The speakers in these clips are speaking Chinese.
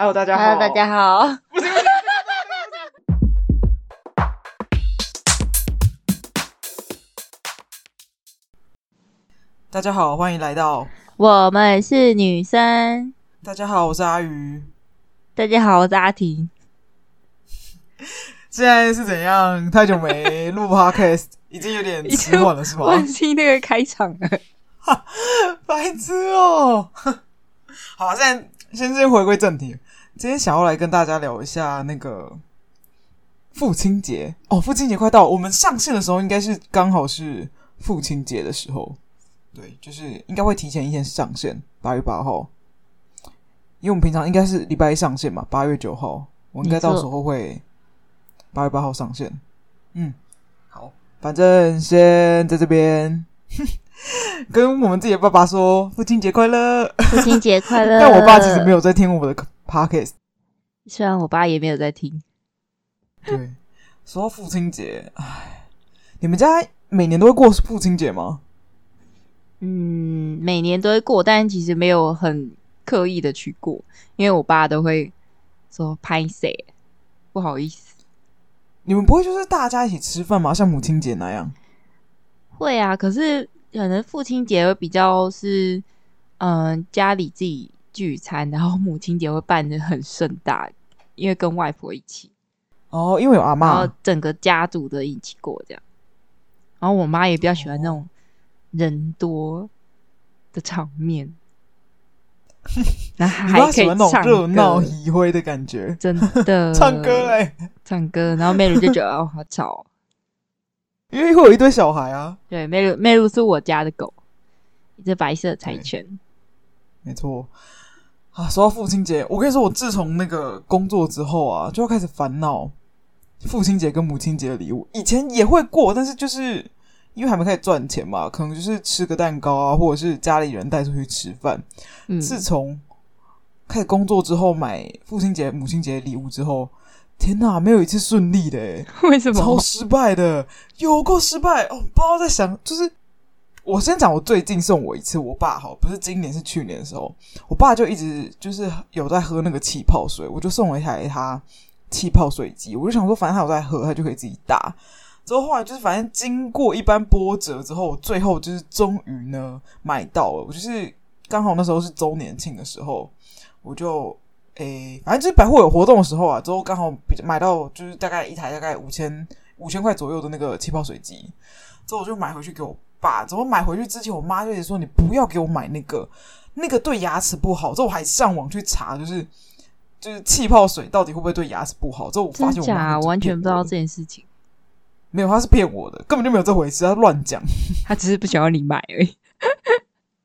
Hello，大家好。 Hello，大家好。大家好，欢迎来到。我们是女生。大家好，我是阿鱼。大家好，我是阿婷。现在是怎样？太久没录 podcast，已 经有点迟缓了，是吗？忘记那个开场了。白痴哦、好，现在先先回归正题，今天想要来跟大家聊一下那个父亲节哦，父亲节快到了，我们上线的时候应该是刚好是父亲节的时候，对，就是应该会提前一天上线，八月八号，因为我们平常应该是礼拜一上线嘛，八月九号，我应该没错到时候会八月八号上线，嗯，好，反正先在这边。 跟我们自己的爸爸说父亲节快乐，父亲节快 乐！但我爸其实没，有在听我们的 podcast。虽然我爸也没有在听。对，说到父亲节，唉，你们家每年都会过父亲节吗？嗯，每年都会过，但其实没有很刻意的去过，因为我爸都会说拍谁，不好意思。你们不会就是大家一起吃饭吗？像母亲节那样？会啊，可是可能父亲节会比较是，嗯、家里自己聚餐，然后母亲节会办的很盛大，因为跟外婆一起。哦，因为有阿然后嬷，整个家族的一起过这样。然后我妈也比较喜欢那哦种人多的场 面，那你还爸可喜以欢那种唱热闹歌，呃移灰的感觉，真的 唱歌哎嘞，唱歌。然后妹露就觉得 哦好吵哦，因为会有一堆小孩啊。对，妹露妹露是我家的狗，一只白色的柴对犬。没错。啊，说到父亲节，我跟你说，我自从那个工作之后啊，就开始烦恼父亲节跟母亲节的礼物。以前也会过，但是就是因为还没开始赚钱嘛，可能就是吃个蛋糕啊，或者是家里人带出去吃饭。嗯，自从开始工作之后，买父亲节、母亲节礼物之后，天哪，没有一次顺利的、欸， 为什超么？失败的，有够失败哦！不知道在想，就是我先讲，我最近送我一次，我爸好，不是今年是去年的时候，我爸就一直就是有在喝那个气泡水，我就送了一台他气泡水机，我就想说，反正他有在喝，他就可以自己打。之后后来就是，反正经过一番波折之后，我最后就是终于呢买到了。我就是刚好那时候是周年庆的时候，我就诶、反正就是百货有活动的时候啊，之后刚好比买到就是大概一台大概五千五千块左右的那个气泡水机，之后我就买回去给我爸。之后买回去之前，我妈就一直说你不要给我买那个，那个对牙齿不好。之后我还上网去查，就是就是气泡水到底会不会对牙齿不好。之后我发真现我妈假？根本就完全骗不知道我这件事情，没有，他是骗我的，根本就没有这回事，他乱讲。他只是不想要你买而已。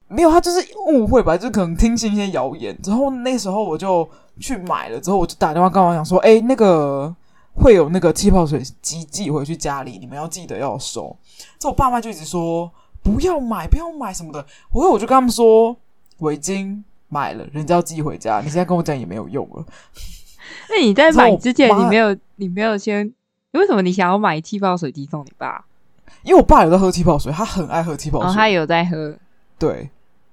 没有，他就是误会吧，就可能听信一些谣言。之后那时候我就去买了，之后我就打电话跟我讲说，哎、那个会有那个气泡水机寄回去家里，你们要记得要收。之后我爸妈就一直说不要买，不要买什么的。我我就跟他们说，我已经买了，人家要寄回家，你现在跟我讲也没有用了。那你在之后买我之前，妈你没有你没有先，为什么你想要买气泡水机送你爸？因为我爸有在喝气泡水，他很爱喝气泡水，然后哦他有在喝，对，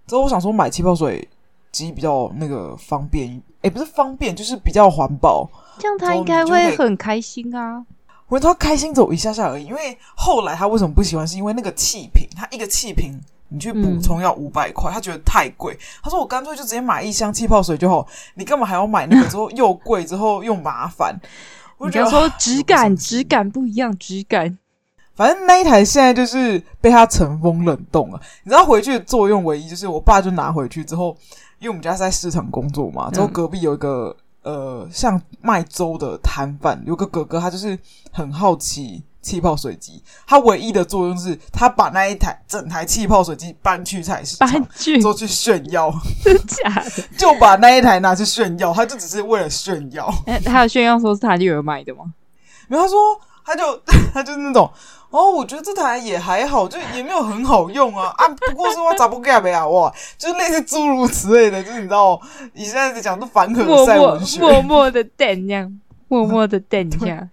之后我想说买气泡水机比较那个方便，诶，不是方便，就是比较环保。这样他之后应该你就可以会很开心啊。我他开心走一下下而已，因为后来他为什么不喜欢，是因为那个气瓶，他一个气瓶你去补充嗯要五百块，他觉得太贵。他说我干脆就直接买一箱气泡水就好，你干嘛还要买那个？之后又贵，之后又麻烦。我你就觉得就说啊质感，有个质感不一样，质感。反正那一台现在就是被他尘封冷冻了。你知道回去的作用唯一就是我爸就拿回去之后，因为我们家是在市场工作嘛，之后隔壁有一个呃像卖粥的摊贩，有个哥哥他就是很好奇气泡水机，他唯一的作用是他把那一台整台气泡水机搬去菜市场，搬剧之后去炫耀，真假 的？就把那一台拿去炫耀，他就只是为了炫耀。哎他有炫耀说是他女儿买的吗？然后他说，他就 他就是那种，哦，我觉得这台也还好，就也没有很好用啊啊，不过是我咋不干呗啊哇，就是类似诸如此类的，就是你知道，你现在在讲都反可默赛默文学，默默的瞪这样，默默的瞪一下。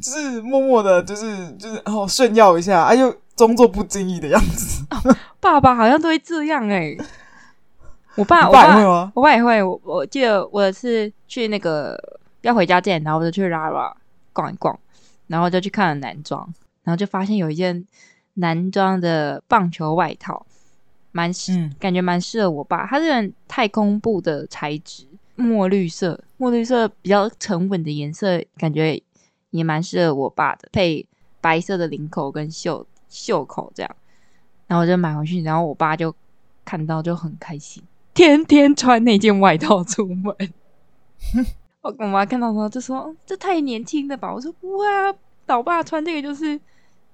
就是默默的，就是就是哦炫耀一下，哎、又装作不经意的样子。爸爸好像都会这样哎、我爸，你我爸也爸 会，吗？我爸也会。我我记得我是去那个要回家之前，然后我就去 Rara 逛一逛，然后就去看了男装，然后就发现有一件男装的棒球外套，蛮适，嗯感觉蛮适合我爸。它是那种太空布的材质，墨绿色，墨绿色比较沉稳的颜色，感觉也蛮适合我爸的，配白色的领口跟袖袖口这样。然后我就买回去，然后我爸就看到就很开心，天天穿那件外套出门。 我我妈看到之后就说嗯：“这太年轻了吧？”我说：“不会啊，老爸穿这个就是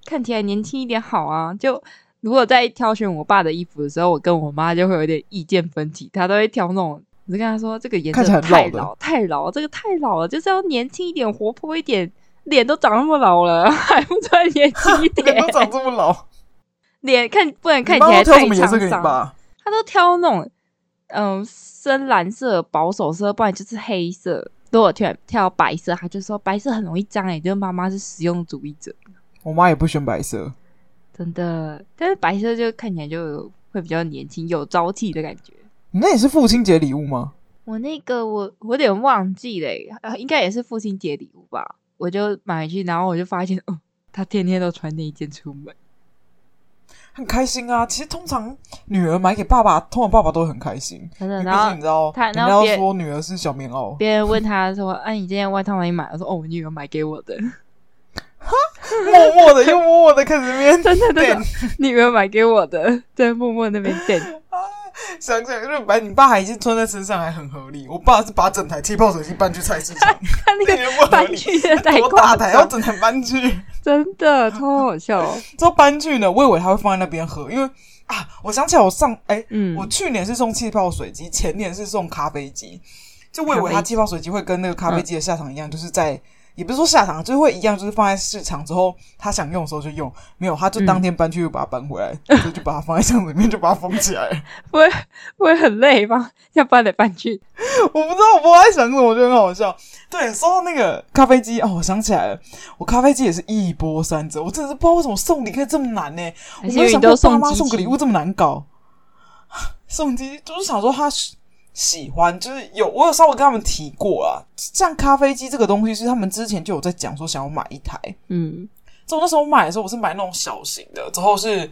看起来年轻一点好啊。”就如果在挑选我爸的衣服的时候，我跟我妈就会有点意见分歧，她都会挑那种。我就跟她说：“这个颜看起色来很太老的 老，太老，这个太老了，就是要年轻一点，活泼一点。脸都长那么老了，还不穿年轻一点 脸？都长这么老，脸看不然看你起妈来都挑什太么颜色给沧你桑。爸？他都挑那种嗯深蓝色、保守色，不然就是黑色。如果挑挑白色，他就说白色很容易脏、欸，也就是妈妈是实用主义者，我妈也不选白色，真的。但是白色就看起来就会比较年轻、有朝气的感觉。你那也是父亲节礼物吗？我那个我我有点忘记了欸、呃，应该也是父亲节礼物吧。我就买回去，然后我就发现，哦，他天天都穿那一件出门。很开心啊！其实通常女儿买给爸爸，通常爸爸都会很开心。真因为毕的，嗯然后竟你知道，他人然家后要别说女儿是小棉袄，别人问他说：“哎、你这件外套哪里买？”我说：“哦，我女儿买给我的。”默默的又默默的开始那 边真的真点的，，你们买给我的， 在默默那边点。想想就是把你爸还已经穿在身上，还很合理。我爸是把整台气泡水机搬去菜市场，他那这个也不合搬理。去的 太多大夸台要张，整台搬去？真的超好笑。 这搬去呢，我以为他会放在那边喝，因为啊，我想起来我上哎、嗯，我去年是送气泡水机，前年是送咖啡机。就我以为它咖啡机嗯气泡水机会跟那个咖啡机的下场一样，就是在也不是说下场，就是会一样，就是放在市场之后，他想用的时候就用，没有，他就嗯当天搬去又把它搬回来，所以就把它放在箱子里面，就把它封起来。不会不会很累吗？要搬来搬去， 我不知道我不知道在想什么，我觉得很好笑。对，说到那个咖啡机哦，我想起来了，我咖啡机也是一波三折，我真的是不知道为什么送礼可以这么难呢、还我没是因有为想你过都爸送妈机送个礼器物这么难搞， 送机就是想说他喜喜欢，就是有我有稍微跟他们提过啊，像咖啡机这个东西是他们之前就有在讲说想要买一台，嗯所以我那时候买的时候我是买那种小型的，之后是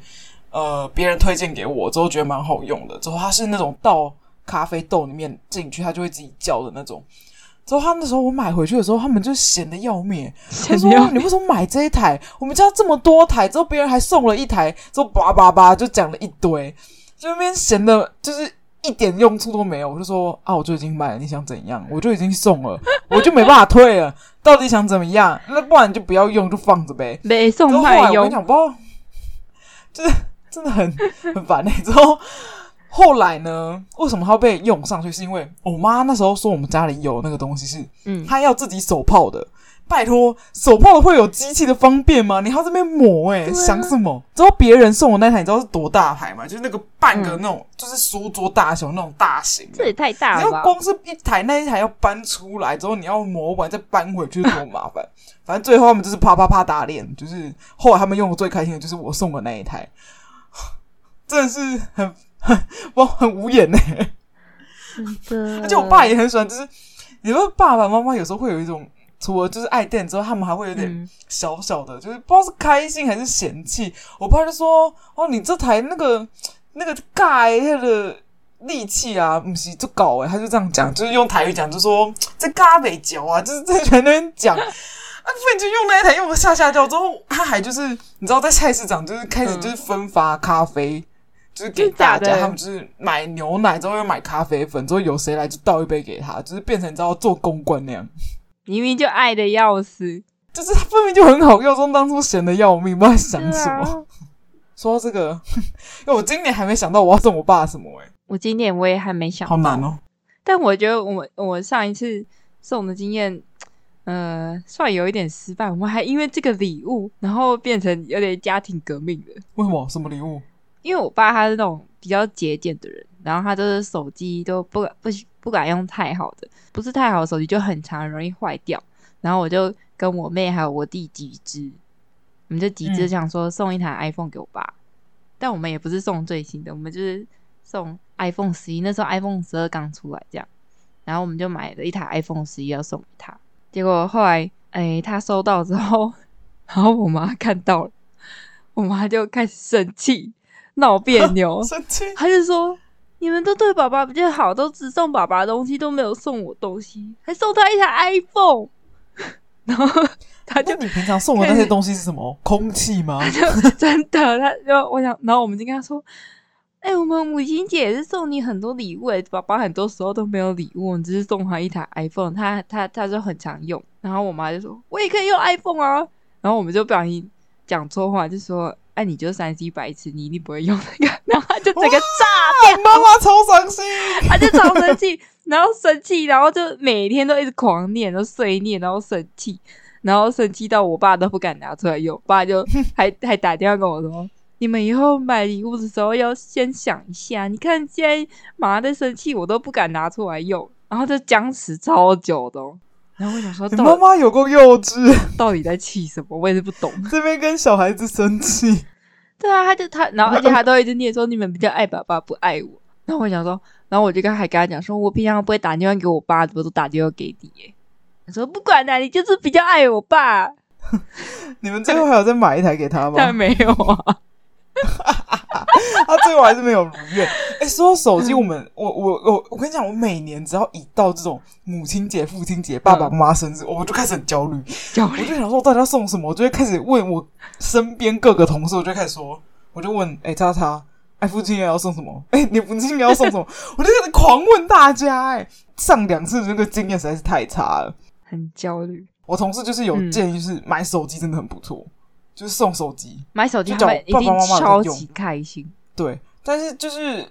呃别人推荐给我，之后觉得蛮好用的，之后它是那种倒咖啡豆里面进去它就会自己叫的那种。之后他那时候我买回去的时候，他们就闲的要命，他 真说的要你为什么买这一台？我们家这么多台，之后别人还送了一台，之后叭叭叭就讲了一堆，就那边闲的，就是一点用处都没有。我就说啊，我就已经买了，你想怎样？我就已经送了，我就没办法退了。到底想怎么样？那不然就不要用，就放着呗。没之后送后来卖我跟你油，讲，不知道，就是真的很 很烦哎、之后后来呢，为什么它被用上去？是因为我妈那时候说我们家里有那个东西是嗯，他要自己手泡的。拜托，手泡的会有机器的方便吗？你还要这边磨哎、对啊想什么？之后别人送我那台，你知道是多大牌吗？就是那个半个嗯那种，就是书桌大小那种大型的这。也太你大了要吧？光是一台那一台要搬出来之后，你要磨完再搬回去，多麻烦。 反正最后他们就是啪啪啪打脸，就是后来他们用的最开心的就是我送的那一台， 真的是很 很我很无言哎、真的而且我爸也很喜欢，就是你说爸爸妈妈有时候会有一种，除了就是爱店之后，他们还会有点嗯，小小的，就是不知道是开心还是嫌弃。我爸就说：“哦，你这台那个那个尬欸那个力气啊，不是就搞哎。”他就这样讲，就是用台语讲，就说这尬得嚼啊，就是在全那边讲。啊，不然就用那一台用的下下叫之后，他还就是你知道在菜市场就是开始嗯就是分发咖啡。就是给真的假大的家，他们就是买牛奶之后又买咖啡粉，之后有谁来就倒一杯给他，就是变成你知道做公关那样。明明就爱的要死，就是它分明就很好用，中当初闲的要命，不知道在想对什么。 啊说到这个， 因为我今年还没想到我要送我爸什么、欸，我今天我也还没想，好难哦。但我觉得我我上一次送的经验，呃，算有一点失败。我们还因为这个礼物，然后变成有点家庭革命了。为什么？什么礼物？因为我爸他是那种比较节俭的人，然后他就是手机都不敢不不敢用太好的，不是太好的手机就很常容易坏掉。然后我就跟我妹还有我弟集资，我们就集资嗯，想说送一台 iPhone 给我爸，但我们也不是送最新的，我们就是送 iPhone 十一，那时候 iPhone 十二刚出来这样。然后我们就买了一台 iPhone 十一要送给他。结果后来，哎，他收到之后， 然后我妈看到了，我妈就开始生气，闹别 扭生气，她就说：“你们都对爸爸比较好，都只送爸爸东西，都没有送我东西，还送他一台 iPhone。” 然后他就那你平常送的那些东西是什么？空气 吗？啊真的，他就我想，然后我们就跟他说：“哎、我们母亲节也是送你很多礼物、欸，爸爸很多时候都没有礼物，我们只是送他一台 iPhone，他他他就很常用。”然后我妈就说：“我也可以用 iPhone 啊。”然后我们就不小心讲错话，就说：“哎、你就三 C 白痴，你一定不会用那个。”然后他就整个炸掉，妈妈超伤心，他就超生气，然后生气，然后就每天都一直狂念，然后碎念，然后生气，然后生气到我爸都不敢拿出来用，我爸 就还还打电话跟我说。你们以后买礼物的时候要先想一下，你看现在妈妈在生气，我都不敢拿出来用，然后就僵持超久的、哦。然后我想说，你到妈底妈有够幼稚，到底在气什么？我也是不懂。这边跟小孩子生气，对啊，他就他，然后而且他都一直念说你们比较爱爸爸，不爱我。然后我想说，然后我就跟还跟他讲说，我平常不会打电话给我爸，我都打电话给你耶。他说不管啦、你就是比较爱我爸。你们最后还有再买一台给 他吗？但没有啊，他最后还是没有如愿。哎、说到手机，我们我我我我跟你讲，我每年只要一到这种母亲节、父亲节、爸爸嗯妈妈生日，我就开始很焦虑。教我就想说，大家送什么？我就会开始问我身边各个同事，我就开始说，我就问，哎、叉叉，哎、父亲节要送什么？哎、你父亲节要送什么？ 我就开始狂问大家、哎，上两次的那个经验实在是太差了。很焦虑。我同事就是有嗯建议，是买手机真的很不错，就是送手机。买手机就他叫们一爸爸定妈妈在超用级开心。对，但是就是，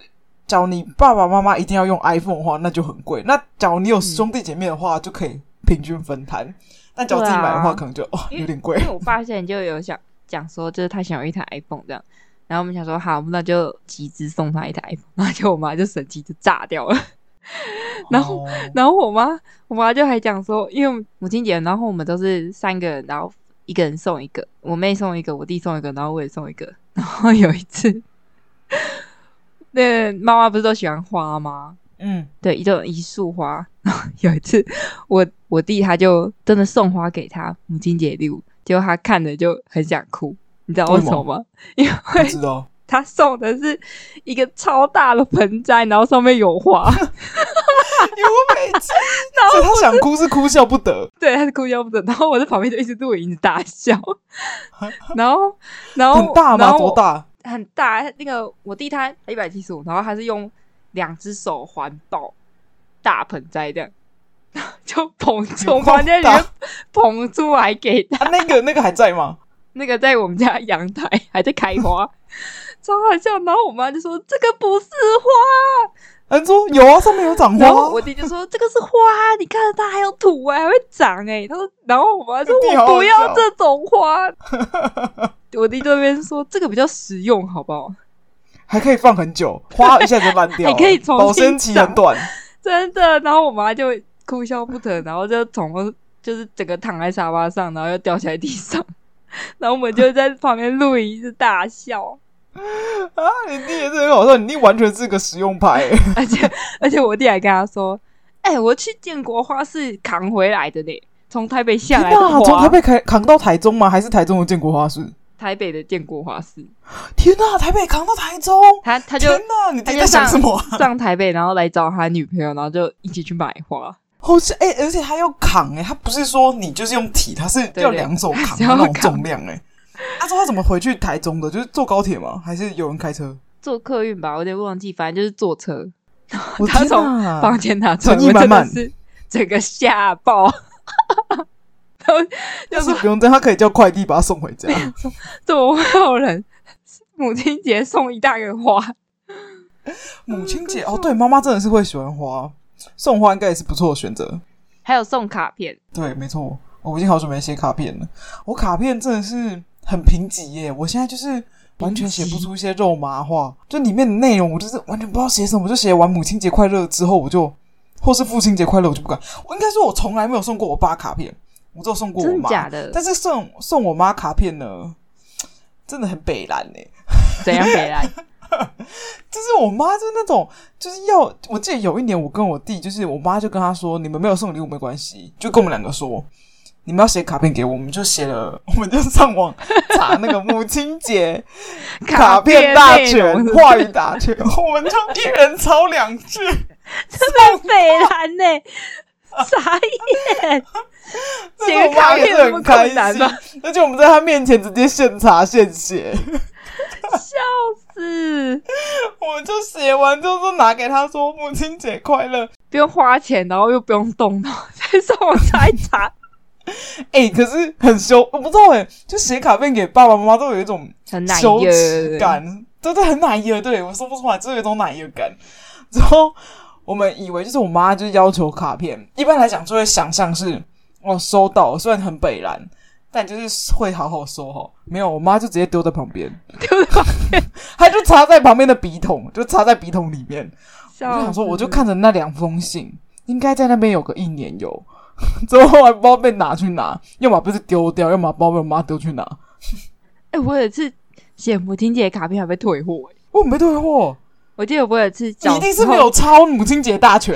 假如你爸爸妈妈一定要用 iPhone 的话，那就很贵。那假如你有兄弟姐妹的话，就可以平均分摊。那假如自己买的对话，啊可能就哦因为有点贵因。为我爸现在就有想讲说，就是他想要一台 iPhone 这样。然后我们想说，好，那就集资送他一台 iPhone。然后就我妈就生气就炸掉了。 然后哦然后我妈，我妈就还讲说，因为母亲节，然后我们都是三个人，然后一个人送一个，我妹送一个，我弟送一个，然后我也送一个。 然后有一次， 那妈妈不是都喜欢花吗？嗯，对，一种一束花。 然后有一次，我我弟他就真的送花给他母亲节礼物，结果他看着就很想哭，你知道为什么吗？因为不知道。他送的是一个超大的盆栽，然后上面有花。有美 金，所以他想哭是哭笑不得。对，他是哭笑不得。然后我在旁边就一直录影，一直大笑。然后，然后很大然吗？后多？大？啊很大。那个我弟他一百七十五，然后他是用两只手环抱大盆栽这样，就捧从房间里面 捧出来给他。啊，那个那个还在吗？那个在我们家阳台还在开花， 超好笑。然后我妈就说：“这个不是花。”人说有啊，上面有长花然后。我弟就说：“这个是花，你看它还有土哎、还会长哎、他说：“然后我妈说：“你弟我好不好要笑这 种花。”我弟这边说：“这个比较实用，好不好 还可以放很久，花一下子就烂掉了，还可以重新保鲜期很短。？”啊真的。然后我妈就哭笑不得，然后就从就是整个躺在沙发上，然后又掉在地上， 然后我们就在旁边录影，一直大笑。啊，你弟也是很好笑，你弟完全是个实用派。而且而且我弟还跟他说：“哎、我去建国花市扛回来的呢，从台北下来的欸 哇，从花，台北扛扛到台中吗？还是台中的建国花市？台北的建国花市。”天哪、台北扛到台中，他他就天哪、你他弟在就想什么啊？ 上台北，然后来找他女朋友，然后就一起去买花，好像哎、而且他要扛哎、他不是说你就是用体，他是对要两手扛他是的要那种扛重量哎、他说他怎么回去台中的？就是坐高铁吗？还是有人开 车？坐客运吧，我有点忘记，反正就是坐车，我哦他天从哪、房间拿出来，诚意我真满满的是整个吓爆， 然后就但是说不用这样，他可以叫快递把他送回 家。怎么会有人母亲节送一大个花？母亲节哦，对，妈妈真的是会喜欢花，送花应该也是不错的选择。还有送卡片，对，没错、哦我已经好久没写卡片了。我卡片真的是很贫瘠耶，我现在就是完全写不出一些肉麻话，就里面的内容我就是完全不知道写什么，我就写完母亲节快乐之后，我就或是父亲节快乐，我就不敢。我应该说，我从来没有送过我爸卡片，我只有送过我真的妈。假的？但是送送我妈卡片呢，真的很北蓝呢。怎样回来？就是我妈就是那种，就是要我记得有一年我跟我弟，就是我妈就跟他说，你们没有送礼物没关系，就跟我们两个说，你们要写卡片给我，我们就写了，我们就上网查那个母亲 节 卡片大全、话语大全，我们就一人抄两句，真的北蓝呢、傻眼，写个卡片 这是我妈也那么困是很难开吗？心，而且我们在他面前直接现查现写。笑死！我就写完之后拿给他说母亲节快乐。不用花钱，然后又不用动脑，再上网查一查，哎、可是很羞，我不知道哎、就写卡片给爸爸妈妈都有一种很难羞耻耶。感，对对，很奶油，对我说不出来，就是有一种奶油感。之后我们以为就是我妈就是要求卡片，一般来讲就会想象是哦收到，虽然很北蓝，但就是会好好收哈。没有，我妈就直接丢在旁边，丢在旁她就插在旁边的笔筒，就 插在笔筒里面。笑我死就想说，我就看着那两封信，应该在那边有个一年有。 之后后来不知道被拿去哪，要么不是丢掉，要么不知道被我妈丢去哪。哎、我有一次写母亲节卡片还被退货、哎我哦没退货，我记得我有一次你小一定是时没候，有抄母亲节大全。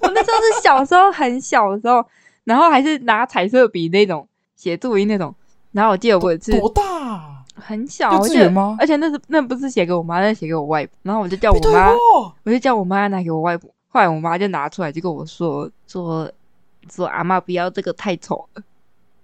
我那时候是小时候很小的时候，然后还是拿彩色笔那种写注音那种。然后我记 得我有一次多大啊？很小，幼我稚记得园吗而且那是那不是写给我妈，那是写给我外婆。然后我就叫被哦我退妈，货？我就叫我妈拿给我外婆。后来我妈就拿出来就跟我说说说阿妈不要这个太丑了。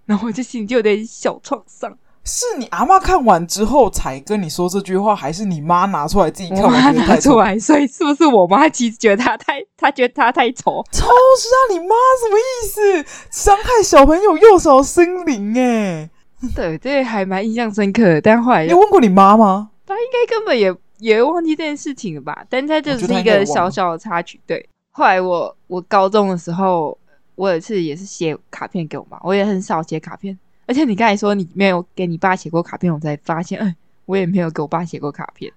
然后我就心里就有点小创伤。是你阿妈看完之后才跟你说这句话，还是你妈拿出来自己看我妈完觉得拿太丑出？来，所以是不是我妈其实觉得她太，她觉得她太丑？超是啊！你妈什么意思？伤害小朋友幼小心灵哎、对，这还蛮印象深刻的。但后来你就有问过你妈吗？她应该根本也也忘记这件事情了吧？但她就我觉只得是她一应该也个忘了小小的插曲。对，后来我我高中的时候，我有一次也是写卡片给我妈，我也很少写卡片。而且你刚才说你没有给你爸写过卡片，我才发现，哎，我也没有给我爸写过卡片，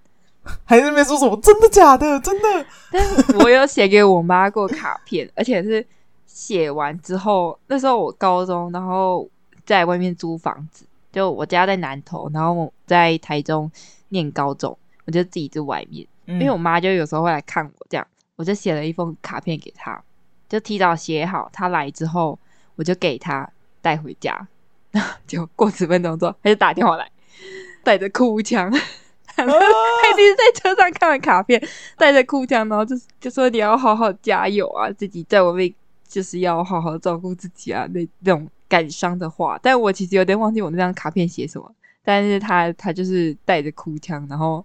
还是没说什么？真的假的？真的？ 但是我有写给我妈过卡片，而且是写完之后，那时候我高中，然后在外面租房子，就我家在南投，然后我在台中念高中，我就自己住外面，嗯因为我妈就有时候会来看我，这样我就写了一封卡片给她，就提早写好，她来之后我就给她带回家，就过十分钟之后，她就打电话来，带着哭腔， 她说她一定是在车上看完卡片，带着哭腔，然后就就说你要好好加油啊，自己在外面就是要好好照顾自己啊，那那种感伤的话。但我其实有点忘记我那张卡片写什么，但是他他就是带着哭腔，然后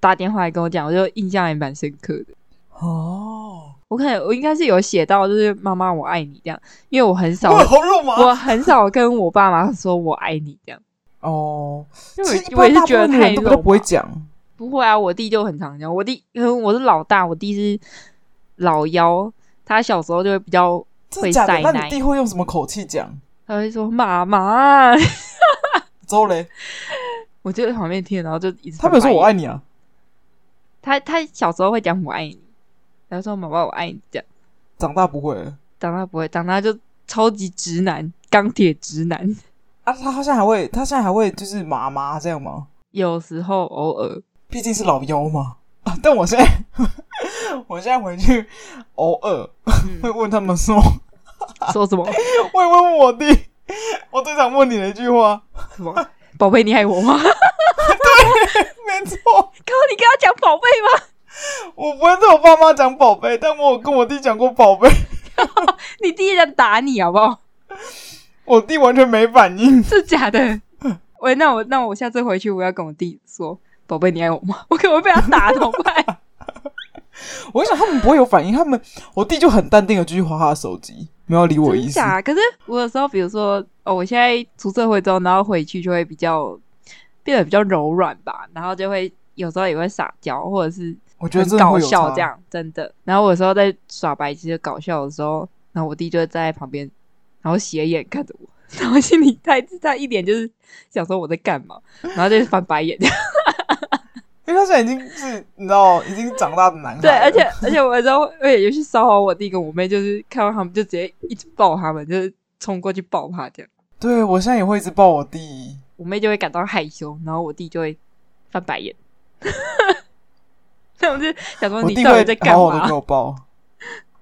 打电话来跟我讲，我就印象也蛮深刻的。哦，我可能我应该是有写到，就是妈妈我爱你这样，因为我很少我有好肉麻我很少跟我爸妈说我爱你这样，哦。因其为实一我般我也大部是觉得分的太人都比较肉不会麻讲，不会啊，我弟就很常讲，我弟因为我是老大，我弟是老幺，他小时候就会比较真的会假的？塞那奶你弟会用什么口气讲？他会说妈妈，之后嘞，我就在旁边听，然后就一直他没有说我爱爱你啊，他，他小时候会讲我爱你，然后说妈妈我爱你这样，长大不会了长大不会，长大就超级直男，钢铁直男，啊。他好像还会，他现在还会就是妈妈这样吗？有时候偶尔毕竟是老妖嘛。啊、但我现在， 我现在回去偶尔 会嗯问他们说，说什么会问我弟，我最常问你的一句话，什么，宝贝你爱我吗？ 没错，靠，你跟他讲宝贝吗？我不会对我爸妈讲宝贝，但我有跟我弟讲过宝贝，你弟在打你好不好？我弟完全没反应。是假的。喂，那我那我下次回去我要跟我弟说，宝贝，你爱我吗？我可能会被他打，怎么办？我想他们不会有反应，他们我弟就很淡定的继续划他的手机，没有要理我意真思。假？可是我有时候，比如说，哦，我现在出社会之后，然后回去就会比较变得比较柔软吧，然后就会有时候也会撒娇，或者是我觉得很真的搞会有笑差这。样，真的。然后我有时候在耍白痴的搞笑的时候，然后我弟就会站在旁边，然后斜眼看着我， 然后心里他他一脸就是想说我在干嘛，然后就翻白眼。因为他现在已经是你知道已经长大的男孩了， 对， 而且而且我有时候会也去骚扰我弟跟我妹，就是看到他们就直接一直抱他们，就是冲过去抱他这样，对我现在也会一直抱我弟。我妹就会感到害羞，然后我弟就会翻白眼。 我就想说我你弟到底会在干好好的给嘛？我包。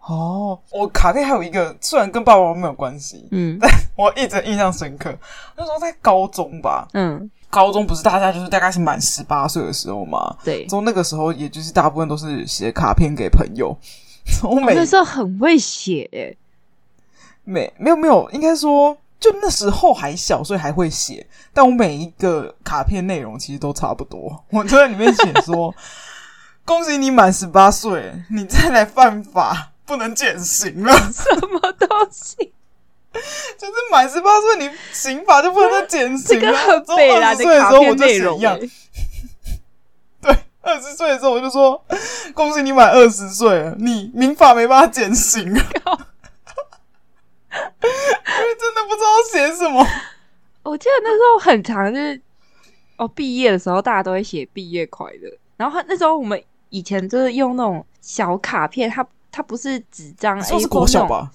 哦，我卡内还有一个，虽然跟爸爸妈妈没有关系， 嗯我一直印象深刻。那时候在高中吧，嗯，高中不是大家就是大概是满十八岁的时候嘛，对。之后那个时候也就是大部分都是写卡片给朋友。 我我每哦那时候很会写、 欸，每没有没有，应该说就那时候还小，所以还会写。但我每一个卡片内容其实都差不多， 我就在里面写说：“ 恭喜你满十八岁，你再来犯法不能减刑了。 什么东西？”就是满十八岁，你刑法就不能再减这刑个了。很之后北二蓝十的岁的卡时候，我片就内写容一欸、样。二十岁的时候，我就说：“恭喜你满二十岁了，你民法没办法减刑。” 因为真的不知道写什么。我记得那时候很长，就是哦，毕业的时候大家都会写毕业快乐。然后他那时候我们以前就是用那种小卡片，它它不是纸张，说是 A4 国小那种？吧？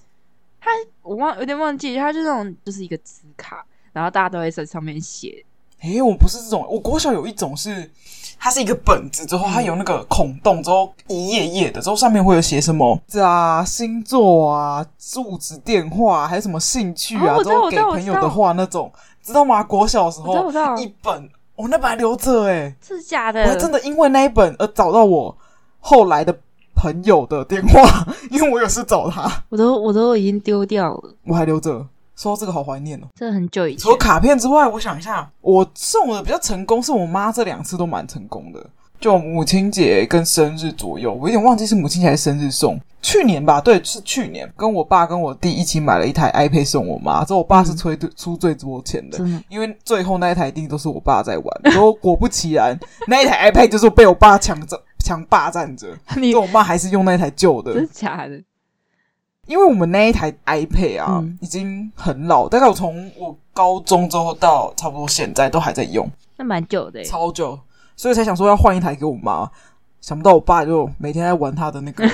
它我忘有点忘记，它就那种就是一个纸卡，然后大家都会在上面写。诶、我不是这种，我国小有一种是，它是一个本子，之后它有那个孔洞，之后一页页的，之后上面会有写什么字啊、星座啊、住址、电话，还有什么兴趣啊，哦我之知道后我知给道朋友的话那种，知道吗？国小的时我知道，候我知道，呃一本，我那本还留着诶、这是假我还的，真的因为那一本而找到我后来的朋友的电话， 因为我有事找他，我都我都已经丢掉了，我还留着。说到这个好怀念哦。这很久以前除了。卡片之外，我想一下，我送的比较成功，是我妈这两次都蛮成功的，就母亲节跟生日左右，我有点忘记是母亲节还是生日送。去年吧，对，是去年，跟我爸跟我弟一起买了一台 iPad 送我妈，之后我爸是出出最多钱的，真的，因为最后那一台一定都是我爸在玩，然后果不其然，那一台 iPad 就是被我爸抢着强霸占着，你所以我妈还是用那台旧的， 真的假的？因为我们那一台 iPad 啊，嗯已经很老，大概我从我高中之后到差不多现在都还在用，那蛮久的欸，超久，所以才想说要换一台给我妈。想不到我爸就每天在玩他的那 个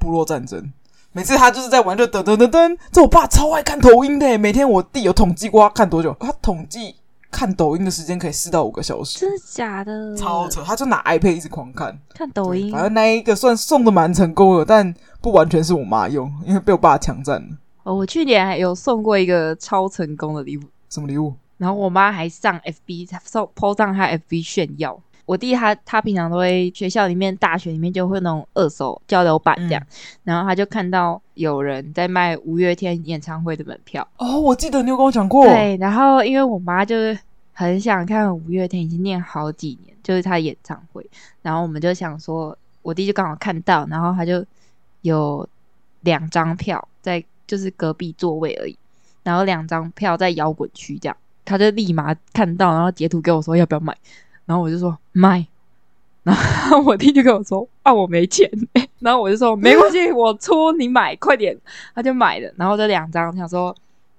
部落战争，每次他就是在玩就噔噔噔噔。这我爸超爱看抖音的耶，欸每天我弟有统计过他看多久，他统计看抖音的时间可以四到五个小时，真的假的？超扯。他就拿 iPad 一直狂看，看抖对音反，正那一个算送的蛮成功的，但不完全是我妈用，因为被我爸抢占了。哦，我去年还有送过一个超成功的礼物，什么礼物？然后我妈还上 FB 上 po 上她 FB 炫耀。我弟他他平常都会学校里面、大学里面就会那种二手交流版这样，嗯然后他就看到有人在卖五月天演唱会的门票，哦，我记得你有跟我讲过，对，然后因为我妈就是很想看五月天，已经念好几年，就是她演唱会，然后我们就想说，我弟就刚好看到，然后他就有两张票在就是隔壁座位而已，然后两张票在摇滚区这样，他就立马看到，然后截图给我说要不要买，然后我就说买。 然后我弟就跟我说：“啊，我没钱。”然后我就说：“没关系，我出，你买，快点。”他就买了，然后这两张想说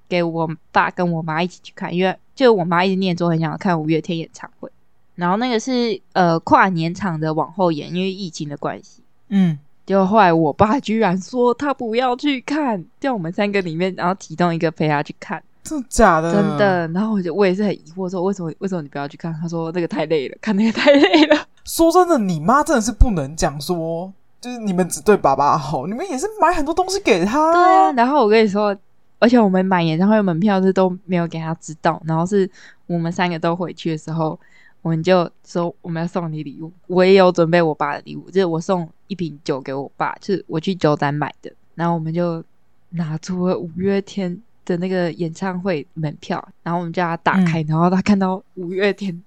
给我爸跟我妈一起去看，因为就我妈一直念说很想要看五月天演唱会，然后那个是呃跨年场的往后延，因为疫情的关系。嗯，结果后来我爸居然说他不要去看，叫我们三个里面，然后提供一个陪他去看，真的假的？真的。然后我就我也是很疑惑说为什么为什么你不要去看？他说那个太累了，看那个太累了。说真的，你妈真的是不能讲说，就是你们只对爸爸好，你们也是买很多东西给他。对啊，，然后我跟你说，而且我们买演唱会门票是都没有给他知道，然后是我们三个都回去的时候，我们就说我们要送你礼物，我也有准备我爸的礼物，就是我送一瓶酒给我爸，就是我去酒展买的，然后我们就拿出了五月天的那个演唱会门票，然后我们叫他打开，然后他看到五月天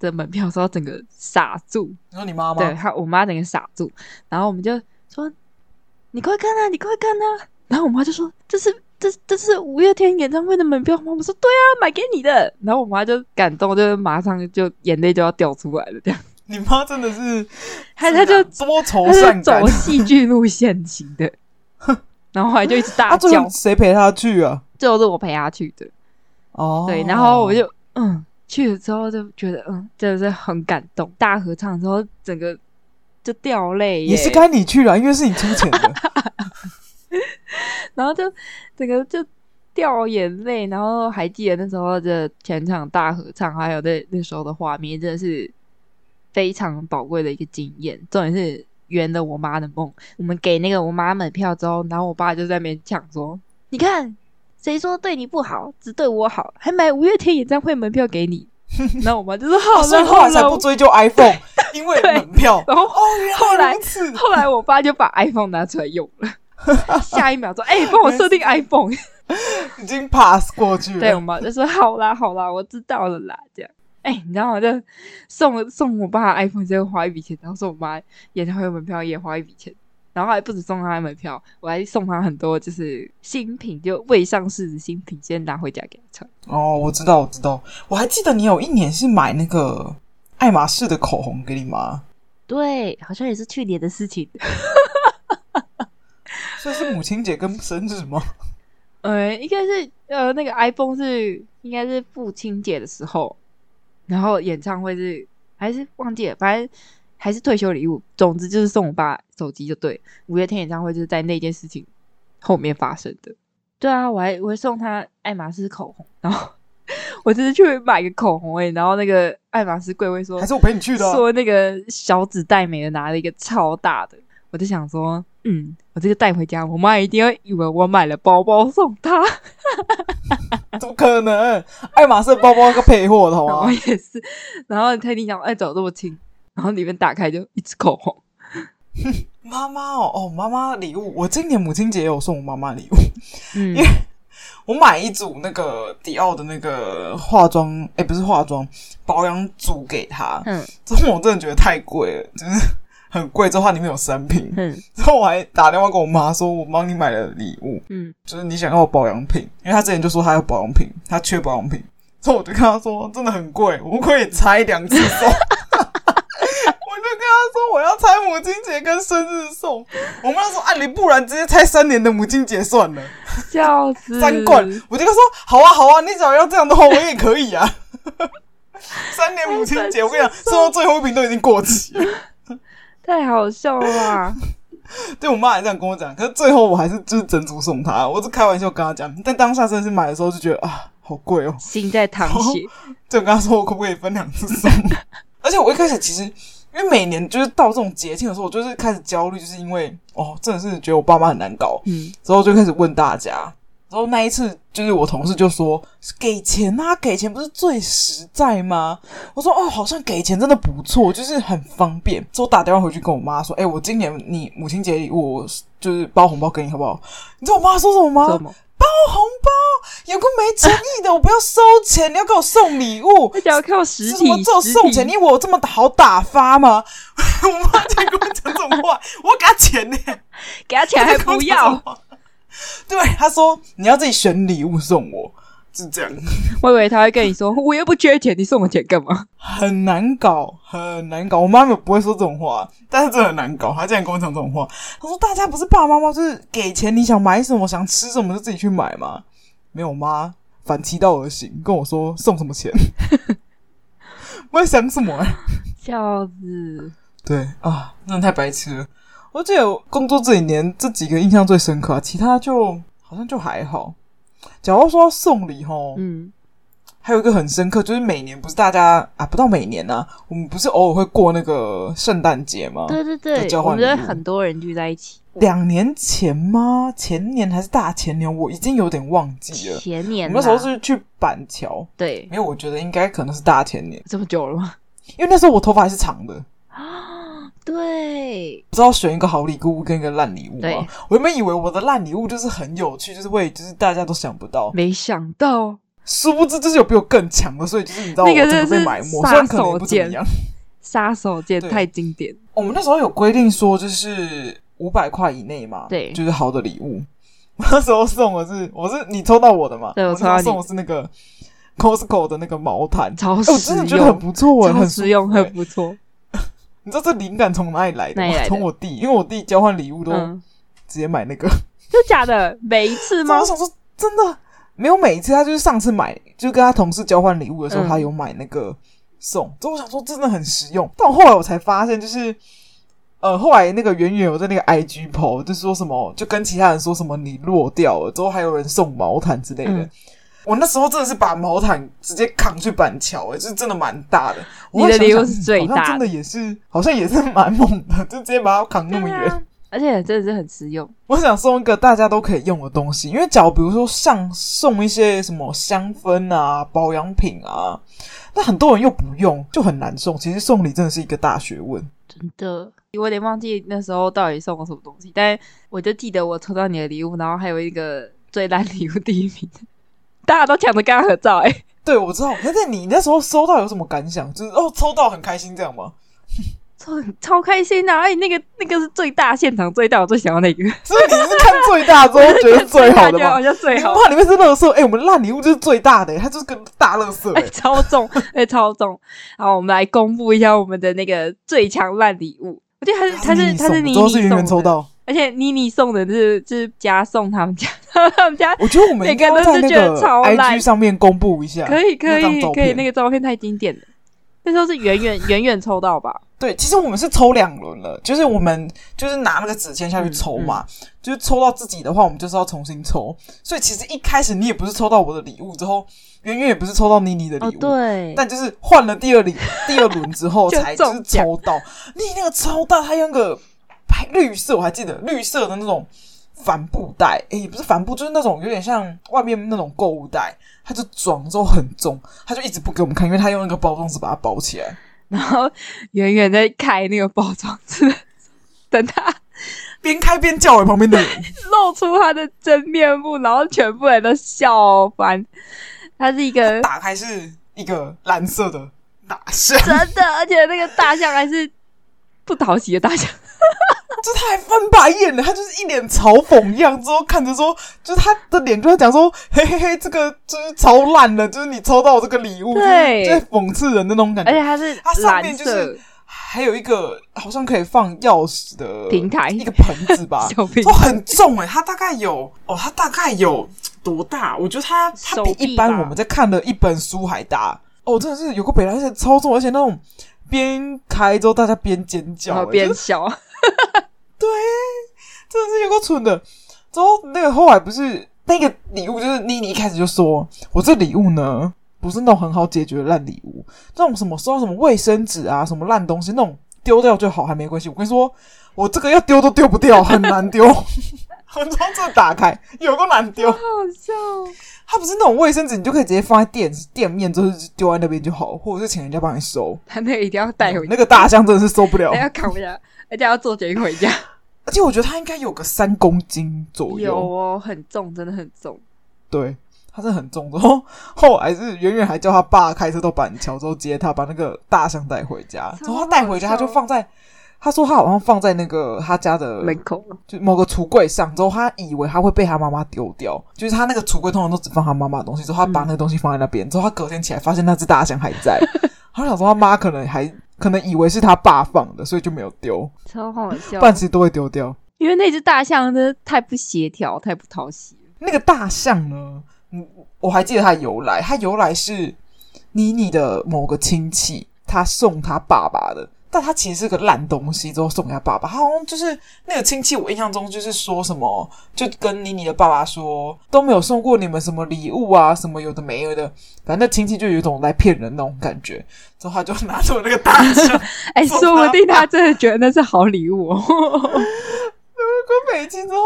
的门票的时候，整个傻住，你说你妈对妈，他，我妈整个傻住，然后我们就说：“你快看啊，你快看啊！”然后我妈就说：“这是这这是五月天演唱会的门票吗？”我说：“对啊，买给你的。”然后我妈就感动，就是马上就眼泪就要掉出来了，这样，你妈真的是，她她就多愁她是善感啊走。戏剧路线型的，然后后来就一直大 啊，最叫后，谁陪她去啊？最后是我陪她去的，哦，对，然后我就嗯去了之后就觉得嗯真的是很感动，大合唱之后整个就掉泪耶，也是该你去了，因为是你出钱的。然后就整个就掉眼泪，然后还记得那时候的全场大合唱，还有那那时候的画面，真的是非常宝贵的一个经验。重点是圆了我妈的梦。我们给那个我妈门票之后，然后我爸就在那边讲说：“你看，谁说对你不好，只对我好，还买五月天演唱会门票 给你。”然后我妈就说：“ 好哦所以了，后好来才了。不我追究 iPhone，因为对门票”。然后哦，后原来来如此。后来我爸就把 iPhone 拿出来用 了，下一秒说：“哎、帮我设定 iPhone。”已经 pass 过去了。对我妈就说好啦好啦，我知道了啦，这样。哎、你知道吗？就送送我爸 iPhone 之后花一笔钱，然后送我妈演唱会门票也花一笔钱，然后还不止送她门票，我还送她很多就是新品，就未上市的新品，先拿回家给她穿。哦，我知道，我知道，我还记得你有一年是买那个爱马仕的口红给你妈，对，好像也是去年的事情。所以是母亲节跟生日 吗？呃，应该是呃那个 iPhone 是应该是父亲节的时候，然后演唱会是还是忘记了，反正还是退休礼物。总之就是送我爸手机就对了。五月天演唱会就是在那件事情后面发生的。对啊，我还我还送他爱马仕口红，然后 我就是去买个口红诶、然后那个爱马仕柜位说还是我陪你去的啊、说那个小指戴美的拿了一个超大的，我就想说，嗯，我这个带回家，我妈一定会以为我买了包包送她。怎么可能？爱马仕的包包是个配啊货的好 然后吗？也是，然后特地想，哎，怎么这么轻？然后里面打开就一支口红，妈妈哦，哦，妈妈礼物，我今年母亲节也有送我妈妈礼物，嗯，我买一组那个迪奥的那个化妆，哎、不是化妆保养组给 她，嗯之后我真的觉得太贵了，就是很贵，之后它里面有三瓶，嗯之后我还打电话跟我妈说，我帮你买了礼物，嗯，就是你想要保养品，因为他之前就说他要保养品，他缺保养品，所以我就跟他说真的很贵，我可以拆两次送。我 就跟他说我要拆母亲节跟生日送，我妈说啊你不然直接拆三年的母亲节算了，笑 死，三罐。我就跟他说好啊好啊，你只要要这样的话我也可以啊。 三年母亲节，我跟你讲，送到最后一瓶都已经过期了。太好笑了啦，对我妈还这样跟我讲，可是最后我还是就是整组送她，我是开玩笑跟她讲，但当下真的是买的时候就觉得啊好贵哦，心在淌 血，就我跟他说我可不可以分两次送。而且我一开始其实，因为每年就是到这种节庆的时候，我就是开始焦虑，就是因为哦，真的是觉得我爸妈很难搞，嗯，之后就开始问大家。然后那一次，就是我同事就说给钱啊，给钱不是最实在吗？我说哦，好像给钱真的不错，就是很方便。之后打电话回去跟我妈说，哎、我今年你母亲节礼物我就是包红包给你好不好？你知道我妈说什么吗？什么？包红包，有个没诚意的，我不要收钱，你要给我送礼物而。且要靠实是什体么？只有，实送体钱，你以为我这么好打发吗？ 我妈竟然跟我讲这种话，我要给她钱呢、给他钱还不要，。对，她说你要自己选礼物送我，是这样，我以为他会跟你说，我又不缺钱，你送我钱干 嘛？很难搞，很难搞。我妈妈不会说这种话，但是真的很难搞。她竟然跟我讲这种话，她说大家不是爸爸妈妈就是给钱，你想买什么想吃什么就自己去买嘛。没有妈，反其道而行，跟我说送什么钱， 我在想什么、啊？笑死，对啊，真的太白痴了。我记得我工作这几年这几个印象最深刻、啊，其他就好像就还好。假如说到送礼吼，嗯还有一个很深刻，就是每年不是大家啊，不到每年啊，我们不是偶尔会过那个圣诞节吗？对对对就，啊交我换们觉礼得物很多人聚在一起。两年前吗？前年还是大前年？我已经有点忘记了。前我年啊们那时候啦是去板桥， 对没有，我觉得应该可能是大前年，这么久了吗？因为那时候我头发还是长的， 啊，对，不知道选一个好礼物跟一个烂礼物对吗？我原本以为我的烂礼物就是很有趣，就是会就是大家都想不到，没想到殊不知就是有比我更强的，所以就是你知道我那个整个真的被是埋没，虽然可能杀手也不怎么锏样。杀手锏对太经典，我们那时候有规定说，就是五百块以内嘛，对就是好的礼物。 我那时候送的是，我是你抽到我的嘛？对我我抽到那时候送你的是那个 Costco 的那个毛毯，超哎我实真的觉得很用，不错哎、超很实用，很很不错。你知道这灵感从哪里来的哪里吗？来的从我弟，因为我弟交换礼物都嗯，直接买那个。真的假的？每一次是吗我？想说，真的没有每一次，他就是上次买，就是跟他同事交换礼物的时候，嗯他有买那个送。所以我想说，真的很实用。但我后来我才发现，就是呃，后来那个圆圆有在那个 IG 抛，就说什么，就跟其他人说什么你落掉了，之后还有人送毛毯之类的。嗯我那时候真的是把毛毯直接扛去板桥、欸，哎，就是真的蛮大的。你我后来的礼想物想是最好像大真的也是，好像也是蛮猛的，就直接把它扛那么啊远。而且真的是很实用。我想送一个大家都可以用的东西，因为假如比如说像送一些什么香氛啊、保养品啊，那很多人又不用，就很难送。其实送礼真的是一个大学问。真的，我有点忘记那时候到底送我什么东西，但我就记得我抽到你的礼物，然后还有一个最烂礼物第一名，大家都抢着跟他合照、欸，哎，对，我知道。那在你那时候收到有什么感想？就是哦，抽到很开心这样吗？ 超超开心的、啊，哎、那个那个是最大现场最大我最想要 那个，所以你是看最大之后觉得最好 的吗好？像最好，哇，里面是垃圾，哎、我们烂礼物就是最大的、哎它就是个大垃圾、哎、哎超重，哎、超重。好，我们来公布一下我们的那个最强烂礼物，我觉得他是他是他是你妮送的都妮是送圆圆抽的，到。而且妮妮送的是就是加送他们家，他们家我觉得我们应该要在那个每个人都是觉得超烂 IG 上面公布一下。可以可啊那张以照可以，片那个照片太经典了。那时候是远 远远远抽到吧？对，其实我们是抽两轮了，就是我们就是拿那个纸签下嗯去抽嘛，就是抽到自己的话，我们就是要重新抽。所以其实一开始你也不是抽到我的礼物，之后圆圆也不是抽到妮妮的礼物，哦对但就是换了第二 轮第二轮之后就才就是中奖抽到，你那个超大，它用个白绿色，我还记得绿色的那种帆布袋，诶、也不是帆布，就是那种有点像外面那种购物袋，它就装之后很重，它就一直不给我们看，因为它用那个包装纸把它包起来。 然后远远在开那个包装纸，等他边开边叫我旁边的人，露出他的真面目，然后全部人都笑翻。他是一 个打开是一个蓝色的 大象，真的，而且那个大象还是不讨喜的大象，就他还翻白眼了，他就是一脸嘲讽一样，之后看着说，就是他的脸就在讲说，嘿嘿嘿，这个就是超烂了，就是你抽到我这个礼物，就是对在讽刺人的那种感 而觉。且它是它上蓝面就色是还有一个好像可以放钥匙的平台一个盆子 吧，小瓶都，很重哎、它大概有哦，它大概有多大？我觉得它它手比臂一般吧我们在看的一本书还大哦，真的是有个北兰是超重，而且那种边开之后大家边尖叫、然后欸，边就是笑，对，真的是有够蠢的。之后那个后来不是那个礼物，就是妮妮一开始就说，我这礼物呢不是那种很好解决的烂礼物，那种什么收到什么卫生纸啊，什么烂东西那种丢掉就好，还没关系。我跟你说，我这个要丢都丢不掉，很难丢。很从这打开，有够难丢。好笑哦。它不是那种卫生纸，你就可以直接放在店店面，就是丢在那边就好，或者是请人家帮你收。他那个一定要带回家，那个大象真的是受不了还，要扛回家，而且要坐捷运回家。而且我觉得它应该有个三公斤左有右。哦，很重，真的很重。对，他是很重的。 然后后来是远远还叫他爸开车到板桥之后接他，把那个大象带回家。超然后他带回家，好他笑就放在他说他好像放在那个他家的门口了，就某个橱柜上。之后他以为他会被他妈妈丢掉，就是他那个橱柜通常都只放他妈妈的东西。之后他把那个东西放在那边，之后他隔天起来发现那只大象还 在。他想说他妈可能还可能以为是他爸放的，所以就没有丢，超好笑不。然其实都会丢掉。因为那只大象真的太不协调，太不讨喜了。那个大象呢，嗯，我还记得它的由来，它由来是妮妮的某个亲戚，他送他爸爸的，但他其实是个烂东西，之后送给他爸爸。他好像就是那个亲戚，我印象中就是说什么，就跟妮妮的爸爸说都没有送过你们什么礼物啊，什么有的没有的，反正那亲戚就有一种来骗人那种感觉。之后他就拿出了那个大象，哎、送说他不定他真的觉得那是好礼物哦。跟北京之后，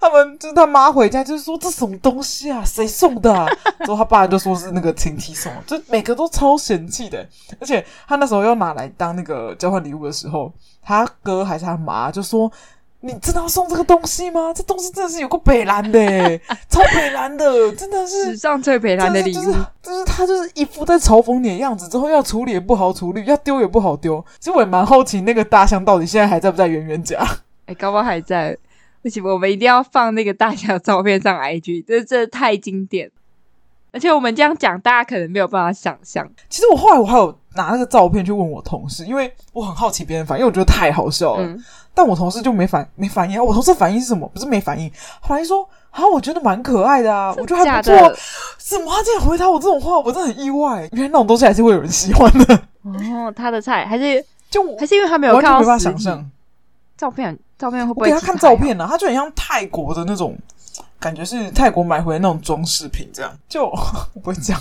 他们就是他妈回家就是说这什么东西啊，谁送 的啊？之后他爸就说是那个亲戚送的，就每个都超嫌弃的。而且他那时候要拿来当那个交换礼物的时候，他哥还是他妈就说。你真的要送这个东西吗？这东西真的是有个北蓝的、 欸，超北蓝的，真的 是史上最北蓝的礼物，就是就是他就是一副在嘲讽你的样子，之后要处理也不好处理，要丢也不好丢。其实我也蛮好奇那个大象到底现在还在不在圆圆家。哎、高包还在。不行，我们一定要放那个大象的照片上 IG，这 这太经典。而且我们这样讲，大家可能没有办法想象。其实我后来我还有拿那个照片去问我同事，因为我很好奇别人反应，因为我觉得太好笑了。嗯，但我同事就没反没反应啊，我同事反应是什么？不是没反应，反应说啊，我觉得蛮可爱的啊，我觉得还假不错啊的。。怎么他竟然回答我这种话？我真的很意外，原来那种东西还是会有人喜欢 的。哦，他的菜 还是就我还是因为他没有完看全到没办法实想体象，照片，照片会不我会给他其实看还照好片啊，他就很像泰国的那种感觉是泰国买回来那种装饰品，这样就 我不会 讲。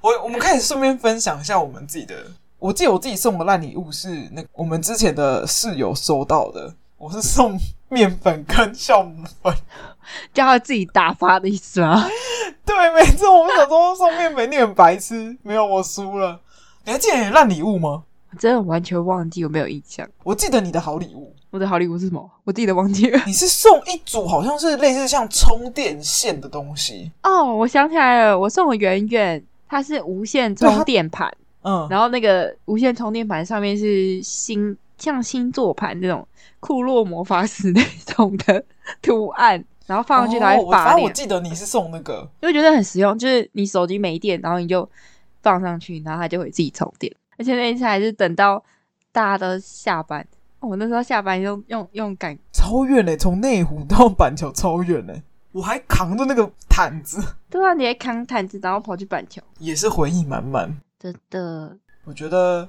我我们可以顺便分享一下我们自己的。我记得我自己送的烂礼物是那我们之前的室友收到的，我是送面粉跟酵母粉。 叫他自己打发的意思吗？ 对，没错，我们小时候送面粉，你很白痴，没有我输了。你还记得你的烂礼物吗？我真的完全忘记有没有印象。我记得你的好礼物，我的好礼物是什么？我自己都忘记了。你是送一组好像是类似像充电线的东西，哦，我想起来了，我送我圆圆，它是无线 充电盘，嗯，然后那个无线充电盘上面是星，像星座盘这种库洛魔法使那种的图案，然后放上去它哦会我发反正亮我，记得你是送那个，就会觉得很实用。就是你手机没电，然后你就放上去，然后它就会自己充电。而且那一次还是等到大家都下班，哦我那时候下班用用用感超远嘞、从内湖到板桥超远嘞、我还扛着那个毯子，对啊，你还扛毯子，然后跑去板桥，也是回忆满满。真的，我觉得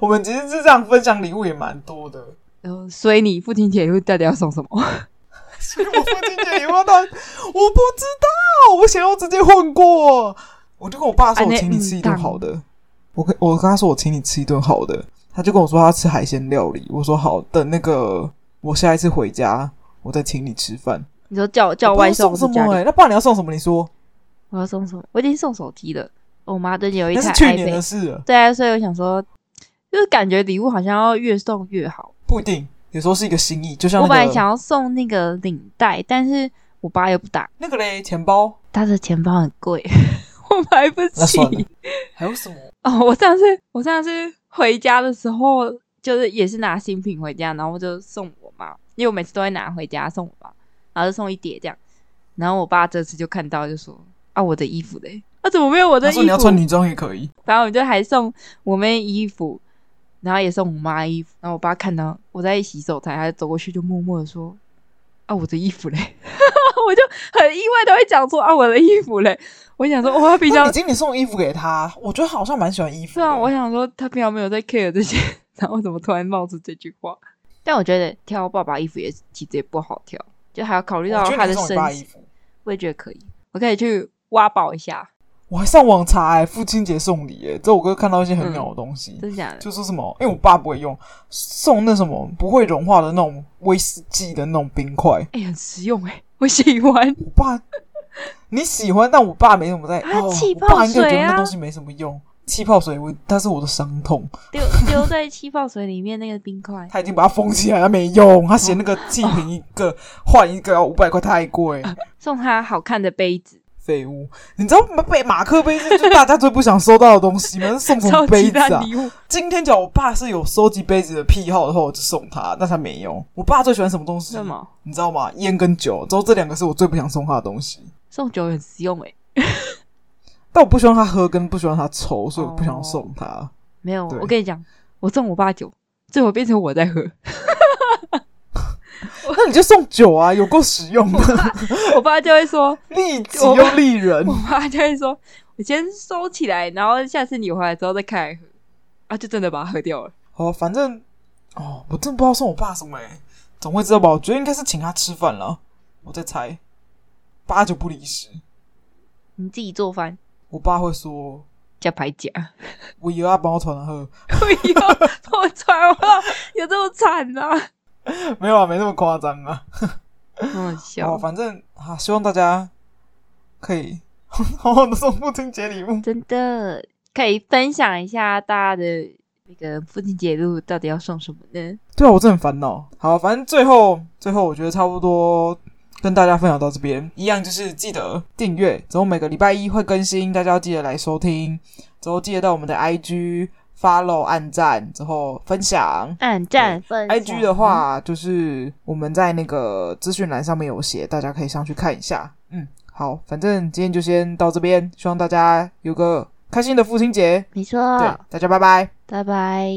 我们其实是这样分享礼物也蛮多的，呃，所以你父亲节会到底要送什么？所以我父亲节礼物到底我不知道，我想要直接混过。我就跟我爸说，啊我那嗯请你吃一顿好的。我跟我跟他说，我请你吃一顿好的，他就跟我说他要吃海鲜料理。我说好，等那个我下一次回家，我再请你吃饭。你说叫叫外我送不知道送是家什么、里欸？那爸你要送什么？你说我要送什么？我已经送手机了。哦我妈最近有一那台是去年 iPad，的事了，对啊，所以我想说，就是感觉礼物好像要越送越好。不一定。有时候是一个心意，就像我本那来个想要送那个领带，但是我爸又不打，那个嘞，钱包。他的钱包很贵， 我买不那起算。了，还有什么？哦，我上次我上次回家的时候，就是也是拿新品回家，然后我就送我妈，因为我每次都会拿回家送我妈，然后就送一叠这样。然后我爸这次就看到就说：“啊，我的衣服嘞，啊怎么没有我的他说衣服？”你要穿女装也可以。然后我就还送我妹衣服，然后也送我妈衣服。然后我爸看到我在洗手台，他就走过去就默默的说：“啊，我的衣服嘞！” 我就很意外的会讲说：“啊，我的衣服嘞！”我想说，哇，他平那常你今年送衣服给他，我觉得好像蛮喜欢衣服是的。啊，我想说他平常没有在 care 这些， 然后怎么突然冒出这句话？但我觉得挑爸爸衣服也其实也不好挑，就还要考虑到我觉他得你的送你身爸衣形。服。我也觉得可以，我可以去挖宝一下，我还上网查、欸、父亲节送礼、欸，这我哥看到一些很鸟的东西，嗯真的假的？就说什么，因为我爸不会用，送那什么不会融化的那种威士忌的那种冰块。哎、很实用 哎、我喜欢。我爸你喜欢，但我爸没什么在。啊哦、气我爸应该泡觉水得啊那东西没什么用。气泡水，我它是我的伤痛， 丢丢在气泡水里面那个冰块，他已经把它封起来，他没用。他嫌那个气瓶一个换、一个要五百块太 贵，送他好看的杯子，废物。你知道被马克杯是就大家最不想收到的东西吗？ 送什么超杯级子大啊？ 礼物。今天讲我爸是有收集杯子的癖好的话，我就送他，但他没有。我爸最喜欢什么东西？什么？你知道吗？烟跟酒，之后这两个是我最不想送他的东西。送酒很实用哎、但我不喜欢他喝，跟不喜欢他抽，所以我不哦想送他。没有，对我跟你讲，我送我爸酒，最后变成我在喝。 那你就送酒啊，有够实用的，我爸就会说， 利己又利人我。妈就会说，我先收起来，然后下次你回来之后再开来喝。啊，就真的把它喝掉了。好，反正哦，我真不知道送我爸什么、欸，总会知道吧？我觉得应该是请他吃饭了，我在猜，八九不离十。你自己做饭我爸会说，加排 夹，我以后要帮我传喝。哎呦，我传话有这么惨啊？ 没有啊，没那么夸张啊。好哦，笑，反正啊，希望大家可以 好好的送父亲节礼物。真的可以分享一下大家的那个父亲节礼物到底要送什么呢？对啊，我真的很烦恼。好，反正最后最后，我觉得差不多跟大家分享到这边，一样就是记得订阅，之后每个礼拜一会更新，大家要记得来收听，之后记得到我们的 IG follow 按赞，之后分享。按赞分享 IG 的，嗯话，就是我们在那个资讯栏上面有写，大家可以上去看一下。嗯，好，反正今天就先到这边，希望大家有个开心的父亲节。没错对，，大家拜拜。拜拜。